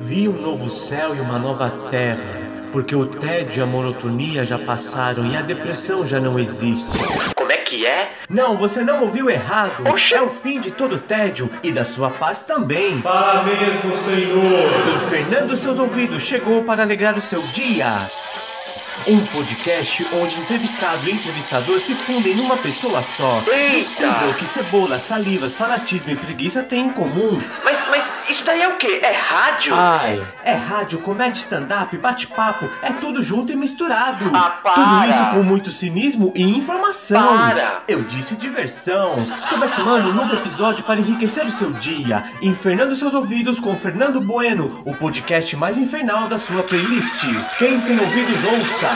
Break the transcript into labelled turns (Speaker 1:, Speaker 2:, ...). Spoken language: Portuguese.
Speaker 1: Vi um novo céu e uma nova terra, porque o tédio e a monotonia já passaram e a depressão já não existe.
Speaker 2: Como é que é?
Speaker 1: Não, você não ouviu errado.
Speaker 2: Oxe.
Speaker 1: É o fim de todo o tédio e da sua paz também.
Speaker 3: Parabéns, meu senhor!
Speaker 1: E Fernando Seus Ouvidos chegou para alegrar o seu dia. Um podcast onde entrevistado e entrevistador se fundem numa pessoa só.
Speaker 2: Eita!
Speaker 1: Descubra o que cebola, salivas, fanatismo e preguiça têm em comum.
Speaker 2: Mas, mas isso daí é o quê? É rádio?
Speaker 3: Ai,
Speaker 1: É rádio, comédia stand-up, bate-papo, é tudo junto e misturado.
Speaker 2: Ah, para!
Speaker 1: Tudo isso com muito cinismo e informação.
Speaker 2: Para!
Speaker 1: Eu disse diversão. Toda semana um novo episódio para enriquecer o seu dia. Infernando seus ouvidos com Fernando Bueno, o podcast mais infernal da sua playlist. Quem tem ouvidos ouça.